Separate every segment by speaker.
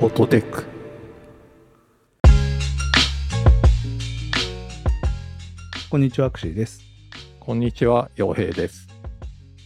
Speaker 1: フォトテック
Speaker 2: こんにちは、アクシーです。
Speaker 1: こんにちは陽平です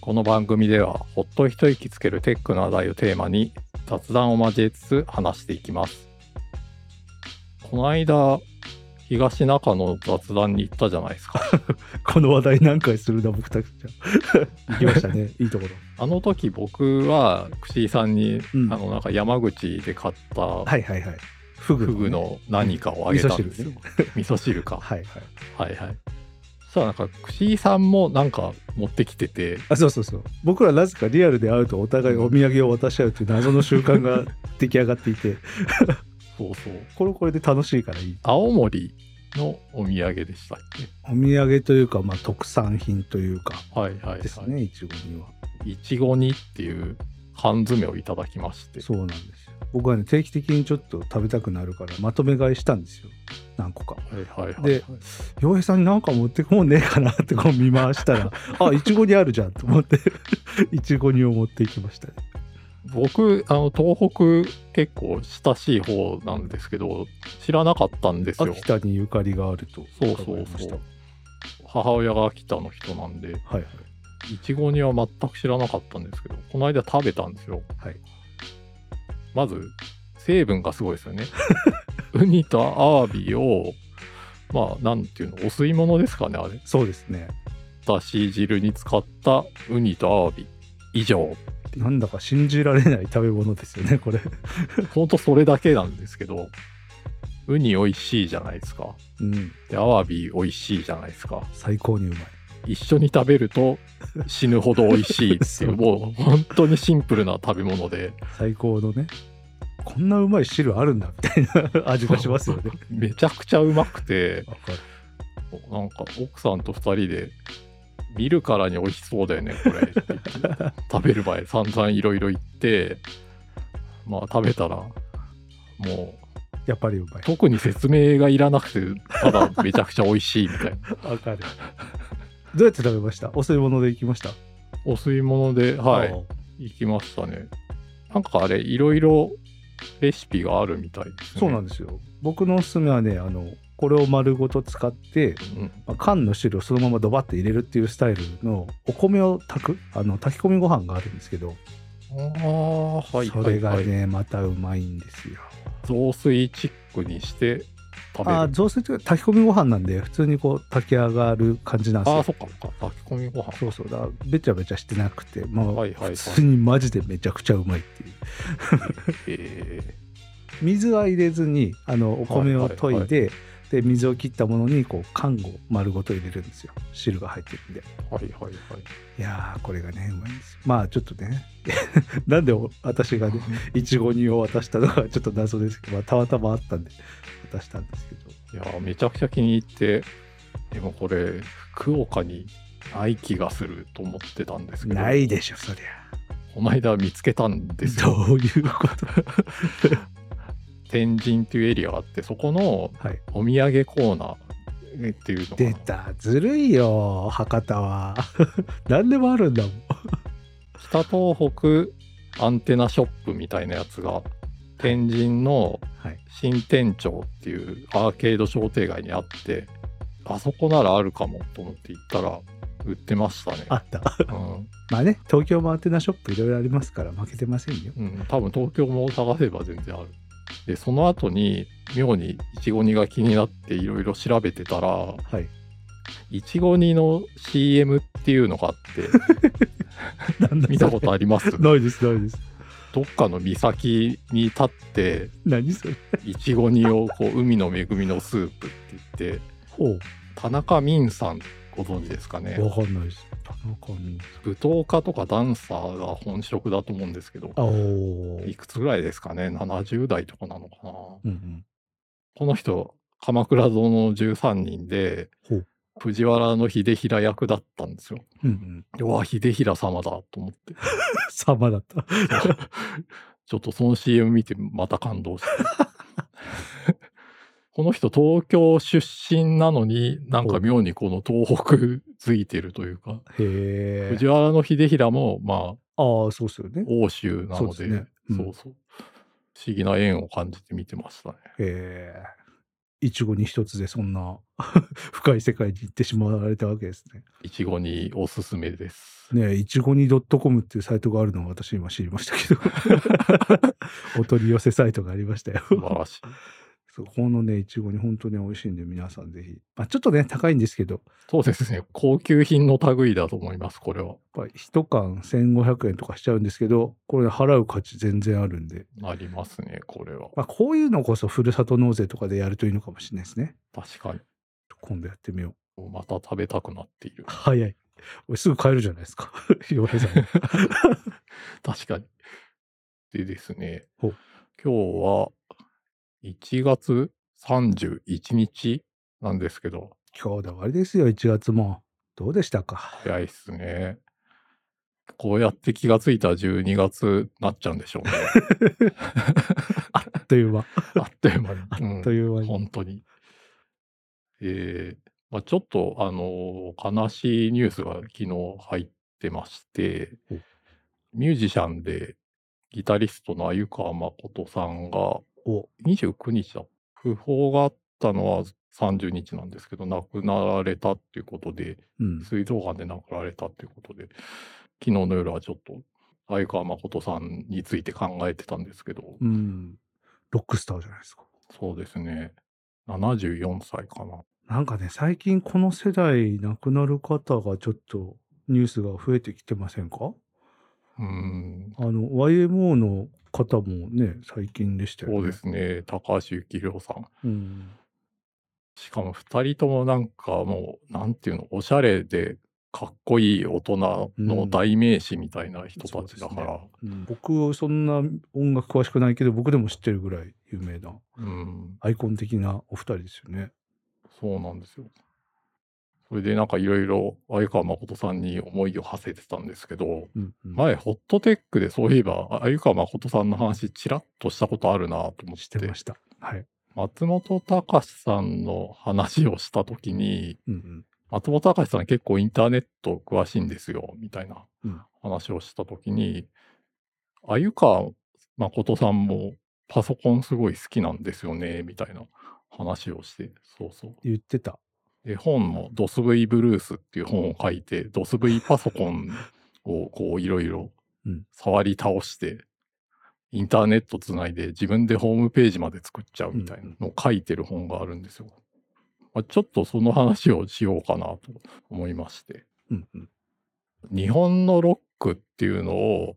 Speaker 1: この番組ではほっと一息つけるテックの話題をテーマに雑談を交えつつ話していきますこの間東中の雑談に行ったじゃないですか
Speaker 2: この話題何回するだ、僕たち は。行きましたね。いいところ。
Speaker 1: あの時僕は串井さんに、
Speaker 2: うん
Speaker 1: あのなんか山口で買った
Speaker 2: はいはいはい。フグ
Speaker 1: フグ
Speaker 2: ね。
Speaker 1: の何かをあげたんですよ、
Speaker 2: 味
Speaker 1: 味
Speaker 2: 噌
Speaker 1: 噌汁か
Speaker 2: はいはい。
Speaker 1: はいはい。そしたらなんか、串井さんもなんか持ってきてて、
Speaker 2: あ、そうそうそう。僕らなぜかリアルで会うとお互いお土産を渡し合うという謎の習慣が 出来上がっていて、
Speaker 1: そうそう。
Speaker 2: これはこれで楽しいからいい。
Speaker 1: 青森のお土産でしたっけ
Speaker 2: お土産というか、まあ特産品というか、
Speaker 1: はいはい
Speaker 2: です
Speaker 1: は
Speaker 2: ね、いちごには。
Speaker 1: い。いちごにっていう缶詰をいただきまして。
Speaker 2: そうなんですよ。僕はね、定期的にちょっと食べたくなるから、まとめ買いしたんですよ。何個か。
Speaker 1: はいはいはい。
Speaker 2: で洋平さんに何か持ってこんねえかなってこう見回した らあいちごにあるじゃんと思って いちご煮を持っていきましたね
Speaker 1: 僕、あの、東北結構親しい方なんですけど、知らなかったんですよ
Speaker 2: 秋。田にゆかりがあると
Speaker 1: そう
Speaker 2: 伺
Speaker 1: そう
Speaker 2: いまし
Speaker 1: そ
Speaker 2: た
Speaker 1: う。母親が秋田の人なんで、
Speaker 2: はいはい
Speaker 1: いちごには全く知らなかったんですけど、この間食べたんですよ。
Speaker 2: はい
Speaker 1: まず、成分がすごいですよね。 ウニとアワビを、まあ、なんていうの、お吸い物ですかね、あれ。
Speaker 2: そうですね
Speaker 1: だし汁に使ったウニとアワビ。以上。
Speaker 2: なんだか信じられない食べ物ですよねこれ
Speaker 1: ほんとそれだけなんですけど、ウニ美味しいじゃないですか。
Speaker 2: うん
Speaker 1: で、アワビ美味しいじゃないですか。
Speaker 2: 最高にうまい
Speaker 1: 一緒に食べると死ぬほど美味しいって
Speaker 2: そ
Speaker 1: いうう、もう本当にシンプルな食べ物で。
Speaker 2: 最高のねこんなうまい汁あるんだみたい な味がしますよね
Speaker 1: めちゃくちゃうまくて
Speaker 2: わかる
Speaker 1: なんか奥さんと2人で見るからに美味しそうだよねこれって言って食べる前散々いろいろ言ってまあ食べたらもう
Speaker 2: やっぱりうまい
Speaker 1: 特に説明がいらなくてただめちゃくちゃ美味しいみ たいな
Speaker 2: わかるどうやって食べましたお吸い物でいきました
Speaker 1: お吸い物では
Speaker 2: あ
Speaker 1: い
Speaker 2: ー
Speaker 1: 行きましたねなんかあれいろいろレシピがあるみたいですね
Speaker 2: そうなんですよ僕のおすすめはねあのこれを丸ごと使って
Speaker 1: うん
Speaker 2: まあ缶の汁をそのままドバッて入れるっていうスタイルのお米を炊くあの炊き込みご飯があるんですけど、
Speaker 1: ああーはい
Speaker 2: そ
Speaker 1: はい
Speaker 2: れが
Speaker 1: は
Speaker 2: ね、
Speaker 1: い
Speaker 2: またうまいんですよ。
Speaker 1: 雑炊チックにして食べる
Speaker 2: あー雑炊というか炊き込みご飯なんで普通にこう炊き上がる感じなんです
Speaker 1: あ
Speaker 2: よ。
Speaker 1: あ、そっか、そっか。炊き込みご飯。
Speaker 2: そうそうだからべちゃべちゃしてなくてもう、
Speaker 1: はいはいはい
Speaker 2: 普通にマジでめちゃくちゃうまいっていう
Speaker 1: え
Speaker 2: 水は入れずにあのお米を研いで、
Speaker 1: はい
Speaker 2: で水を切ったものにこう缶を丸ごと入れるんですよ汁が入ってるんで
Speaker 1: ー、はいはいはい。
Speaker 2: いやーこれがねうまいんですよまあちょっとね なんでお私がねいちご煮を渡したのがちょっと謎ですけど、まあ、たまたまあったんで渡したんですけど
Speaker 1: いやー、めちゃくちゃ気に入って、でもこれ、福岡にない気がすると思ってたんですけど、
Speaker 2: ないでしょそりゃ
Speaker 1: この間見つけたんですよ。
Speaker 2: どういうこと
Speaker 1: 天神っていうエリアがあって、そこの
Speaker 2: はい
Speaker 1: お土産コーナーっていうのが
Speaker 2: 出たずるいよ博多は 何でもあるんだもん
Speaker 1: 北東北アンテナショップみたいなやつが、天神の
Speaker 2: はい
Speaker 1: 新店長っていうアーケード商店街にあってあそこならあるかもと思って行ったら売ってましたね、
Speaker 2: あった
Speaker 1: うん
Speaker 2: まあね東京もアンテナショップいろいろありますから負けてませんよ
Speaker 1: うん、多分東京も探せば全然あるでその後に妙にいちご煮が気になっていろいろ調べてたら
Speaker 2: はい
Speaker 1: いちご煮の CM っていうのがあって
Speaker 2: なん だ
Speaker 1: 見たことあります
Speaker 2: それないですないです
Speaker 1: どっかの岬に立って
Speaker 2: 何それ
Speaker 1: いちご煮をこう海の恵みのスープって言って
Speaker 2: ほう
Speaker 1: 田中泯さんご存知ですかね
Speaker 2: わかんないです田中に
Speaker 1: 舞踏家とかダンサーが本職だと思うんですけど、
Speaker 2: あお
Speaker 1: いくつぐらいですかね、70代とかなのかな。
Speaker 2: うんうん
Speaker 1: この人、鎌倉殿の13人で
Speaker 2: ほう、
Speaker 1: 藤原の秀衡役だったんですよ。
Speaker 2: うんうん
Speaker 1: うわ、秀衡様だと思って、
Speaker 2: 様だった
Speaker 1: ちょっとその CM 見てまた感動して。 この人、東京出身なのに、なんか妙にこの東北づいてるというか、
Speaker 2: へえ
Speaker 1: 藤原の秀衡も、まあ、
Speaker 2: ああそうですよね
Speaker 1: 欧州なので、
Speaker 2: そうですねうん
Speaker 1: そうそう不思議な縁を感じて見てましたね。
Speaker 2: えー、いちごに一つでそんな 深い世界に行ってしまわれたわけですね。
Speaker 1: いちごにおすすめ です。
Speaker 2: ねえいちごに .com っていうサイトがあるのを私今知りましたけど お取り寄せサイトがありましたよ。
Speaker 1: 素晴らしい。
Speaker 2: そうこのねいちごに本当に美味しいんで皆さんぜひ、まあ、ちょっとね高いんですけど
Speaker 1: そうですね。高級品の類だと思います、これは。
Speaker 2: やっぱ1缶1500円とかしちゃうんですけどこれ、ね、払う価値全然あるんで、
Speaker 1: ありますね、これは。
Speaker 2: まあ、こういうのこそふるさと納税とかでやるといいのかもしれないですね。
Speaker 1: 確かに。
Speaker 2: 今度やってみよう。
Speaker 1: また食べたくなっている。
Speaker 2: 早い。俺すぐ帰るじゃないですか。 洋平さん。
Speaker 1: 確かに。でですね、
Speaker 2: ほ
Speaker 1: 今
Speaker 2: う
Speaker 1: 日は1月31日なんですけど、
Speaker 2: 今日で終わりですよ、1月も。どうでしたか
Speaker 1: 早いっすね。こうやって気がついたら12月なっちゃうんでしょうね。
Speaker 2: あっという間。
Speaker 1: あっという間に。うん
Speaker 2: あっという間に。
Speaker 1: 本当に。えーまあ、ちょっと、あのー悲しいニュースが昨日入ってまして
Speaker 2: お、
Speaker 1: ミュージシャンでギタリストの鮎川誠さんが
Speaker 2: お
Speaker 1: 29日だ。訃報があったのは30日なんですけど、亡くなられたっていうことで、
Speaker 2: うん。
Speaker 1: 膵臓がんで亡くなられたということで、昨日の夜はちょっと、鮎川誠さんについて考えてたんですけど、
Speaker 2: うん。ロックスターじゃないですか。
Speaker 1: そうですね、74歳かな。
Speaker 2: なんかね、最近この世代亡くなる方がちょっとニュースが増えてきてませんか
Speaker 1: うーん、
Speaker 2: あの、YMO の方もね、最近でしたよね。
Speaker 1: そうで。すね、高橋幸宏さん。
Speaker 2: うん。
Speaker 1: しかも2人ともなんかもう、なんていうの、おしゃれで、かっこいい大人の代名詞みたいな人たちだから、
Speaker 2: うん僕、そんな音楽詳しくないけど、僕でも知ってるぐらい有名な、
Speaker 1: うん、
Speaker 2: アイコン的なお二人ですよね。
Speaker 1: そうなんですよ。それでなんかいろいろ鮎川誠さんに思いを馳せてたんですけど、
Speaker 2: うん、うん。
Speaker 1: 前ホットテックでそういえば鮎川誠さんの話ちらっとしたことあるなと思っ
Speaker 2: して
Speaker 1: て
Speaker 2: ました。はい。
Speaker 1: 松本隆さんの話をした時に
Speaker 2: うんうん。
Speaker 1: 松本隆さん結構インターネット詳しいんですよみたいな
Speaker 2: うん
Speaker 1: 話をした時に鮎川誠さんもパソコンすごい好きなんですよねみたいな話をしてそうそう
Speaker 2: 言ってた。
Speaker 1: で本も「ドス V ブルース」っていう本を書いてドス V パソコンをこういろいろ
Speaker 2: うん
Speaker 1: 触り倒してインターネットつないで自分でホームページまで作っちゃうみたいなのを書いてる本があるんですよ。まあ、ちょっとその話をしようかなと思いまして
Speaker 2: うんうん。
Speaker 1: 日本のロックっていうのを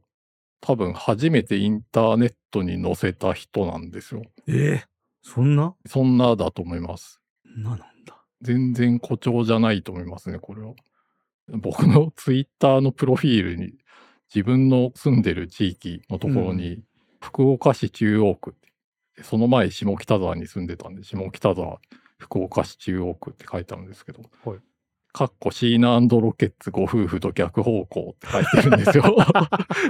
Speaker 1: 多分初めてインターネットに載せた人なんですよ。
Speaker 2: ええそんな
Speaker 1: そんなだと思います。
Speaker 2: ななんだ。
Speaker 1: 全然誇張じゃないと思いますね、これは。僕の ツイッターのプロフィールに、自分の住んでる地域のところに、福岡市中央区って、でその前下北沢に住んでたんで、下北沢、福岡市中央区って書いてあるんですけど、
Speaker 2: はい
Speaker 1: かっこシーナロケッツご夫婦と逆方向って書いてるんです よ。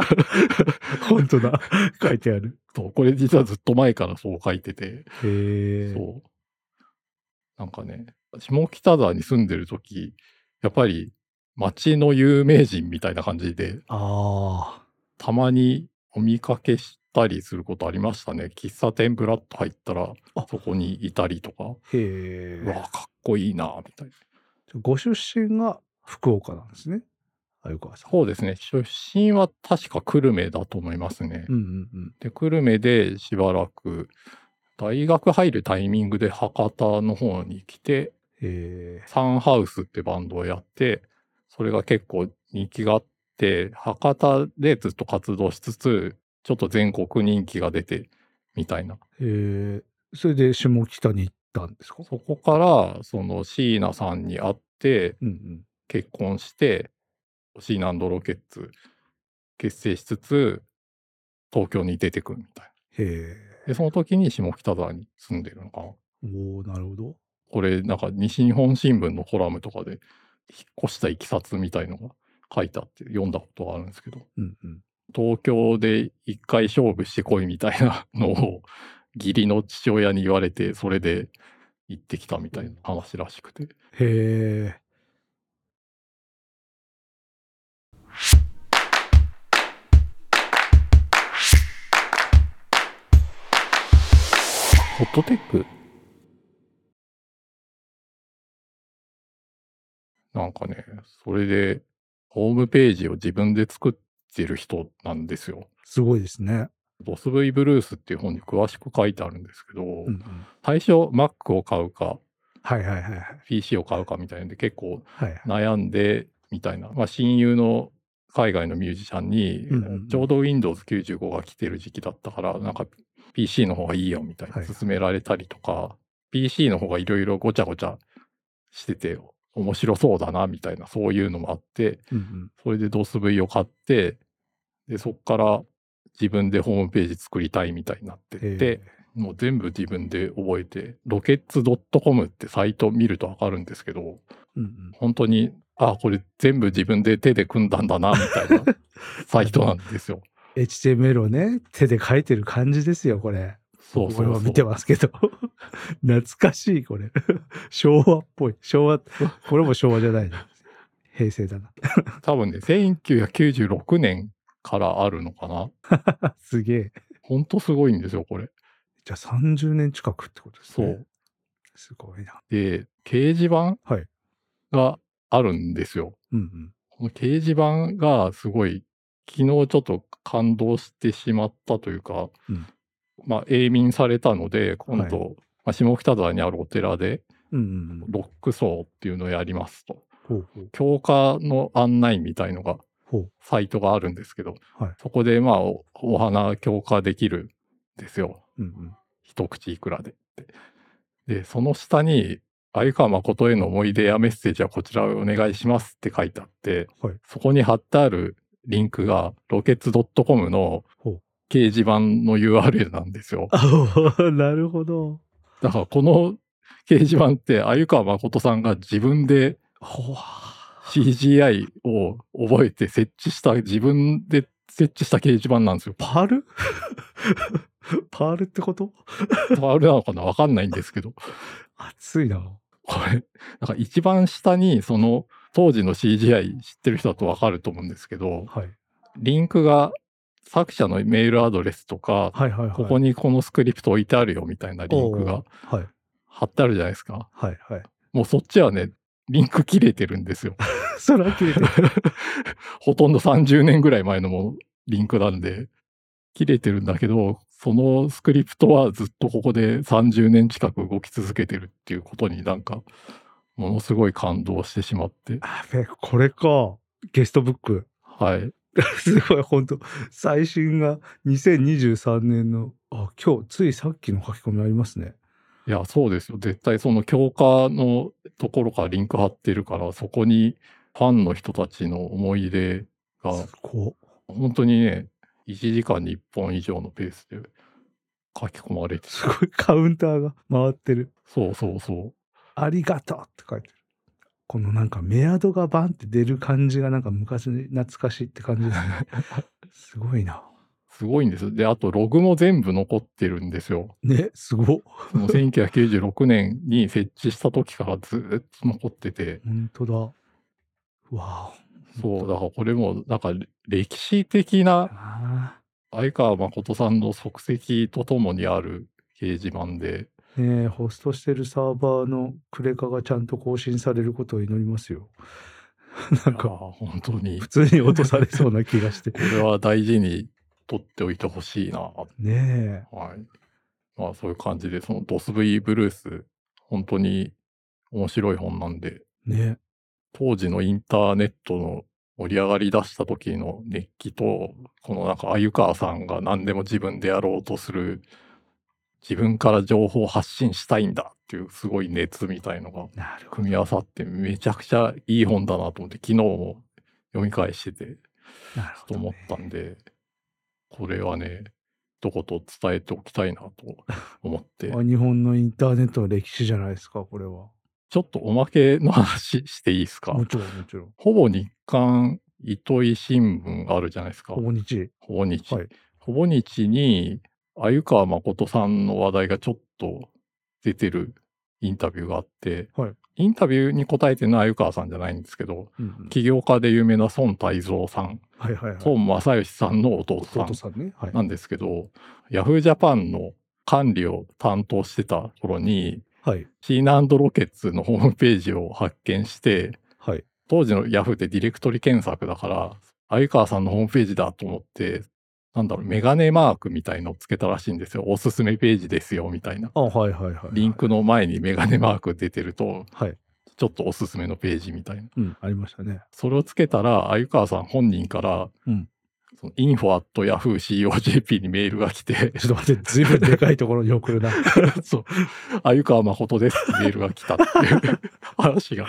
Speaker 2: 本当だ。書いてある。
Speaker 1: そうこれ実はずっと前からそう書いてて、
Speaker 2: へえ。
Speaker 1: そう。なんかね、下北沢に住んでる時、やっぱり街の有名人みたいな感じで、
Speaker 2: ああ。
Speaker 1: たまにお見かけしたりすることありましたね。喫茶店ブラッと入ったら
Speaker 2: あ、
Speaker 1: そこにいたりとか、
Speaker 2: へ
Speaker 1: うわ
Speaker 2: え。
Speaker 1: かっこいいな、みたいな。
Speaker 2: ご出身が福岡なんですね。鮎川さん。
Speaker 1: そうですね、出身は確か久留米だと思いますね。
Speaker 2: うんうんうん。
Speaker 1: で、久留米でしばらく、大学入るタイミングで博多の方に来て、
Speaker 2: へえ。
Speaker 1: サンハウスってバンドをやって、それが結構人気があって、博多でずっと活動しつつ、ちょっと全国人気が出て、みたいな。
Speaker 2: へえ。それで下北に行ったんですか
Speaker 1: そこから、その椎名さんに会って、
Speaker 2: うんうん。
Speaker 1: 結婚して、椎名ロケッツ結成しつつ、東京に出てくるみたい
Speaker 2: へえ。
Speaker 1: な。で、その時に下北沢に住んでるのかな。
Speaker 2: おおなるほど。
Speaker 1: これ、なんか西日本新聞のコラムとかで、引っ越したいきさつみたいのが書いてあって、読んだことがあるんですけど、
Speaker 2: うんうん。
Speaker 1: 東京で一回勝負してこいみたいなのを義理の父親に言われてそれで行ってきたみたいな話らしくて
Speaker 2: へえ。
Speaker 1: ホットテックなんかね、それで、ホームページを自分で作ってる人なんですよ。
Speaker 2: すごいですね。
Speaker 1: ボス・ブイ・ブルースっていう本に詳しく書いてあるんですけど、
Speaker 2: うんうん
Speaker 1: 最初 Mac を買うか、
Speaker 2: はいはいはいはい。
Speaker 1: PC を買うかみたいなんで結構
Speaker 2: はいはい
Speaker 1: 悩んでみたいな、まあ、親友の海外のミュージシャンに、
Speaker 2: うんうんうん
Speaker 1: ちょうど Windows95 が来てる時期だったからなんか PC の方がいいよみたい
Speaker 2: は
Speaker 1: ない勧められたりとか、PC の方がいろいろごちゃごちゃしてて面白そうだなみたいなそういうのもあって
Speaker 2: うんうん
Speaker 1: それで DOSV を買ってでそこから自分でホームページ作りたいみたいになってって、
Speaker 2: え
Speaker 1: もう全部自分で覚えてロケッツ .com ってサイト見るとわかるんですけど、
Speaker 2: ーうんうん
Speaker 1: 本当に、あこれ全部自分で手で組んだんだな、みた いなサイトなんですよ。
Speaker 2: HTML をね、手で書いてる感じですよ、これ。
Speaker 1: そうそう
Speaker 2: 俺
Speaker 1: そ
Speaker 2: は
Speaker 1: う。
Speaker 2: 見てますけど。 懐かしい、これ。 昭和っぽい。昭和、これも昭和じ ゃないな。平成だな。
Speaker 1: 多分ね、1996年からあるのかな。
Speaker 2: すげえ。
Speaker 1: ほんとすごいんですよ、これ。
Speaker 2: じゃあ30年近くってことです
Speaker 1: そ
Speaker 2: ね。
Speaker 1: う。。
Speaker 2: すごいな。
Speaker 1: で、掲示板
Speaker 2: はい
Speaker 1: があるんですよ。
Speaker 2: うんうん。
Speaker 1: この掲示板がすごい、昨日ちょっと感動してしまったというか、
Speaker 2: うん
Speaker 1: まあ、永眠されたので、今度、まあ、下北沢にあるお寺で、
Speaker 2: うんうんうん。
Speaker 1: ロック葬っていうのをやりますと。
Speaker 2: ほうほう。
Speaker 1: 教科の案内みたいのが、
Speaker 2: ほう。
Speaker 1: サイトがあるんですけど、
Speaker 2: はい
Speaker 1: そこでまあお、お花教科できるんですよ。
Speaker 2: うん うん。
Speaker 1: 一口いくらでって。で、その下に、鮎川誠への思い出やメッセージはこちらをお願いしますって書いてあって、
Speaker 2: はい
Speaker 1: そこに貼ってあるリンクが、ロケッツ .com の
Speaker 2: ほ
Speaker 1: 掲示板の URL なんですよ。
Speaker 2: う。 なるほど。
Speaker 1: だからこの掲示板って、鮎川誠さんが自分で
Speaker 2: ほわ。
Speaker 1: CGI を覚えて設置した、自分で設置した掲示板なんですよ。
Speaker 2: パール パールってこと
Speaker 1: あれなのかなわかんないんですけど。
Speaker 2: 熱いな。
Speaker 1: これ、なんか一番下に、その、当時の CGI 知ってる人だとわかると思うんですけど、
Speaker 2: はい。
Speaker 1: リンクが作者のメールアドレスとか、
Speaker 2: はいはいはい。
Speaker 1: ここにこのスクリプト置いてあるよみたいなリンクが
Speaker 2: おー。はい。
Speaker 1: 貼ってあるじゃないですか。
Speaker 2: はいはい。
Speaker 1: もうそっちはね、リンク切れてるんですよ。
Speaker 2: それは切れてる。
Speaker 1: ほとんど30年ぐらい前のものリンクなんで、切れてるんだけど、そのスクリプトはずっとここで30年近く動き続けてるっていうことになんか、ものすごい感動してしまって、
Speaker 2: あべこれか。ゲストブック。
Speaker 1: はい。
Speaker 2: すごい、本当最新が2023年の、あ、今日、ついさっきの書き込みありますね。
Speaker 1: いや、そうですよ。絶対その教科のところからリンク貼ってるから、そこにファンの人たちの思い出が、
Speaker 2: こう。
Speaker 1: 本当にね、1時間に1本以上のペースで書き込まれてて、
Speaker 2: すごいカウンターが回ってる。
Speaker 1: そうそうそう。
Speaker 2: ありがとうって書いてる。このなんかメアドがバンって出る感じがなんか昔懐かしいって感じですね。すごいな。
Speaker 1: すごいんです。で、あとログも全部残ってるんです よ。
Speaker 2: ね、すごっ。
Speaker 1: その1996年に設置した時からずっと残って て、
Speaker 2: 本当だ。わ
Speaker 1: そう、だからこれも、なんか歴史的な
Speaker 2: あ。あ
Speaker 1: 相川誠さんの足跡とともにある掲示板で、
Speaker 2: あねえ、ホストしてるサーバーのクレカがちゃんと更新されることを祈りますよ。 なん
Speaker 1: いやー
Speaker 2: か、
Speaker 1: 本当に、こ
Speaker 2: 普通に落とされそうな気が して。
Speaker 1: れは大事に取っておいてほしいな。は
Speaker 2: ね
Speaker 1: い。まあそういう感じで、そのドス V ブルース、本当に面白い本なんで、
Speaker 2: え、ね
Speaker 1: 当時のインターネットの盛り上がり出した時の熱気と、このなんか鮎川さんが何でも自分でやろうとする、自分から情報を発信したいんだっていうすごい熱みたいのが
Speaker 2: え。なるほど。
Speaker 1: 組み合わさってめちゃくちゃいい本だなと思って、昨日も読み返してて、
Speaker 2: なるほ
Speaker 1: と
Speaker 2: ど、
Speaker 1: 思っ
Speaker 2: ね。
Speaker 1: たんで、これはね、一言伝えておきたいなと思 って、
Speaker 2: あ日本のインターネットの歴史じゃないですか、これは。
Speaker 1: ちょっとおまけの話していいですか
Speaker 2: もちろん、もちろん。
Speaker 1: ほぼ日刊糸井新聞あるじゃないですか。
Speaker 2: 大日。
Speaker 1: ほぼ日。
Speaker 2: はい
Speaker 1: ほぼ日に、鮎川誠さんの話題がちょっと出てるインタビューがあって、
Speaker 2: はい
Speaker 1: インタビューに答えてるのは鮎川さんじゃないんですけど、
Speaker 2: うんうん
Speaker 1: 起業家で有名な孫泰造さん、
Speaker 2: はいはいはい。
Speaker 1: 孫正義さんの弟さん
Speaker 2: 弟さんね。はい。
Speaker 1: なんですけど、ヤフージャパンの管理を担当してた頃に、
Speaker 2: はい。
Speaker 1: シーナロケッツのホームページを発見して、
Speaker 2: はい。
Speaker 1: 当時の Yahoo ってディレクトリ検索だから、鮎川さんのホームページだと思って、なんだろう、メガネマークみたいのをつけたらしいんですよ。おすすめページですよ、みたいな。
Speaker 2: あ、はいはいはい。
Speaker 1: リン。クの前にメガネマーク出てると、
Speaker 2: はい。
Speaker 1: ちょっとおすすめのページみたいな。
Speaker 2: うん、ありましたね。
Speaker 1: それをつけたら、鮎川さん本人から、
Speaker 2: うん
Speaker 1: その info.yahoo.co.jp にメールが来て、
Speaker 2: ちょっと待って、ずいぶんでかいところに送るな。
Speaker 1: そう、鮎川誠ですってメールが来たっていう 話が、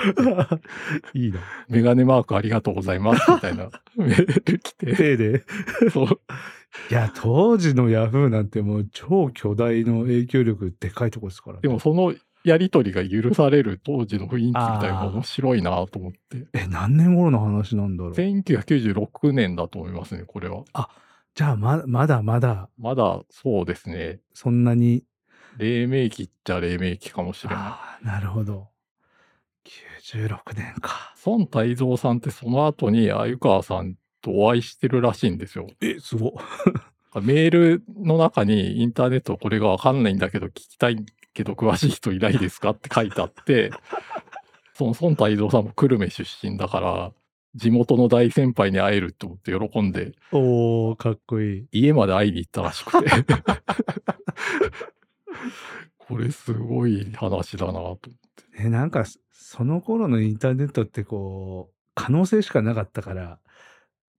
Speaker 2: いいな。
Speaker 1: メガネマークありがとうございますみたいなメール来て、
Speaker 2: 手で。
Speaker 1: そう、
Speaker 2: いや、当時のヤフーなんてもう超巨大の影響力でかいとこですから、ね。
Speaker 1: でもそのやりとりが許される当時の雰囲気みたいなのが
Speaker 2: あー
Speaker 1: 面白いなと思って、
Speaker 2: え、何年頃の話なんだろう。
Speaker 1: 1996年だと思いますね、これは。
Speaker 2: じゃあま、まだまだ、
Speaker 1: まだそうですね、
Speaker 2: そんなに。
Speaker 1: 黎明期っちゃ黎明期かもしれない。
Speaker 2: ああ、なるほど。96年か。
Speaker 1: 孫泰造さんってその後に鮎川さんとお会いしてるらしいんですよ。
Speaker 2: え、すごっ。
Speaker 1: メールの中にインターネットこれがわかんないんだけど聞きたいけど詳しい人いないですかって書いてあって、その孫泰造さんも久留米出身だから、地元の大先輩に会えると思って喜んで、
Speaker 2: おー、かっこいい。
Speaker 1: 家まで会いに行ったらし くて。これすごい話だなと。
Speaker 2: え、なんか、そその頃のインターネットってこう、可能性しかなかったから、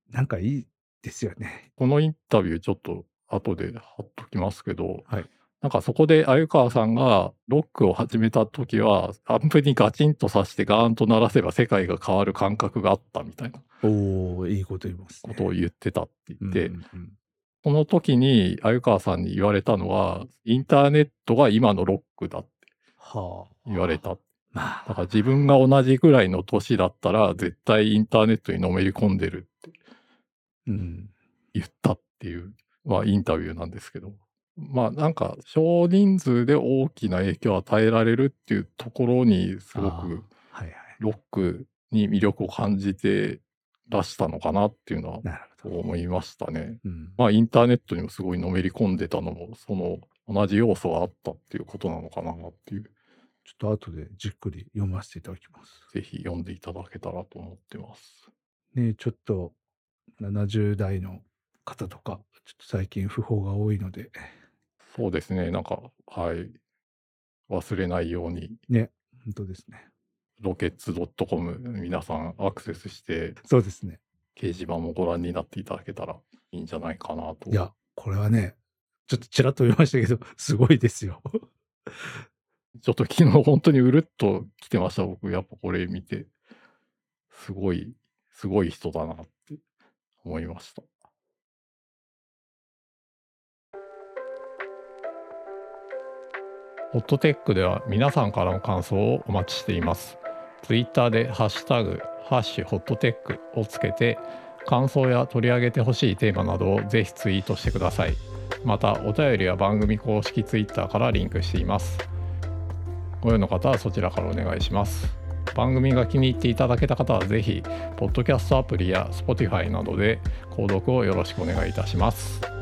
Speaker 2: なんかいいですよね。
Speaker 1: このインタビューちょっと後で貼っときますけど、
Speaker 2: はい
Speaker 1: なんかそこで鮎川さんがロックを始めた時はアンプにガチンと刺してガーンと鳴らせば世界が変わる感覚があったみたいな
Speaker 2: おー、いいこと言います
Speaker 1: こ
Speaker 2: ね、
Speaker 1: とを言ってたって言って、
Speaker 2: うんうんうん
Speaker 1: その時に鮎川さんに言われたのはインターネットが今のロックだって
Speaker 2: はあ。
Speaker 1: 言われ。た。
Speaker 2: ま
Speaker 1: だ
Speaker 2: あ、
Speaker 1: から自分が同じぐらいの年だったら絶対インターネットにのめり込んでるって
Speaker 2: うん。
Speaker 1: 言ったっていう、まあ、インタビューなんですけど、まあなんか少人数で大きな影響を与えられるっていうところにすご
Speaker 2: あー
Speaker 1: く
Speaker 2: はいはい。
Speaker 1: ロックに魅力を感じてらしたのかなっていうのは
Speaker 2: なるほど。
Speaker 1: 思いましたね。
Speaker 2: うん、
Speaker 1: まあインターネットにもすごいのめり込んでたのもその同じ要素があったっていうことなのかなっていう
Speaker 2: ちょっと後でじっくり読ませていただきます。
Speaker 1: ぜひ読んでいただけたらと思ってます。
Speaker 2: ねちょっと70代の方とか、ちょっと最近不法が多いので、
Speaker 1: そうですねなんかはい忘れないように
Speaker 2: 本当ですね。
Speaker 1: ロケッツ .com 皆さんアクセスして
Speaker 2: そうですね。
Speaker 1: 掲示板もご覧になっていただけたらいいんじゃないかなと。
Speaker 2: いや、これはね、ちょっとちらっと見ましたけど、すごいですよ。
Speaker 1: ちょっと昨日本当にうるっと来てました僕やっぱこれ見てすごいすごい人だなって思いました。ホットテックでは皆さんからの感想をお待ちしています。ツイッターでハッシュタグハッシュホットテックをつけて感想や取り上げてほしいテーマなどをぜひツイートしてください。またお便りは番組公式ツイッターからリンクしています。ご用の方はそちらからお願いします。番組が気に入っていただけた方はぜひ、ポッドキャストアプリや Spotify などで購読をよろしくお願いいたします。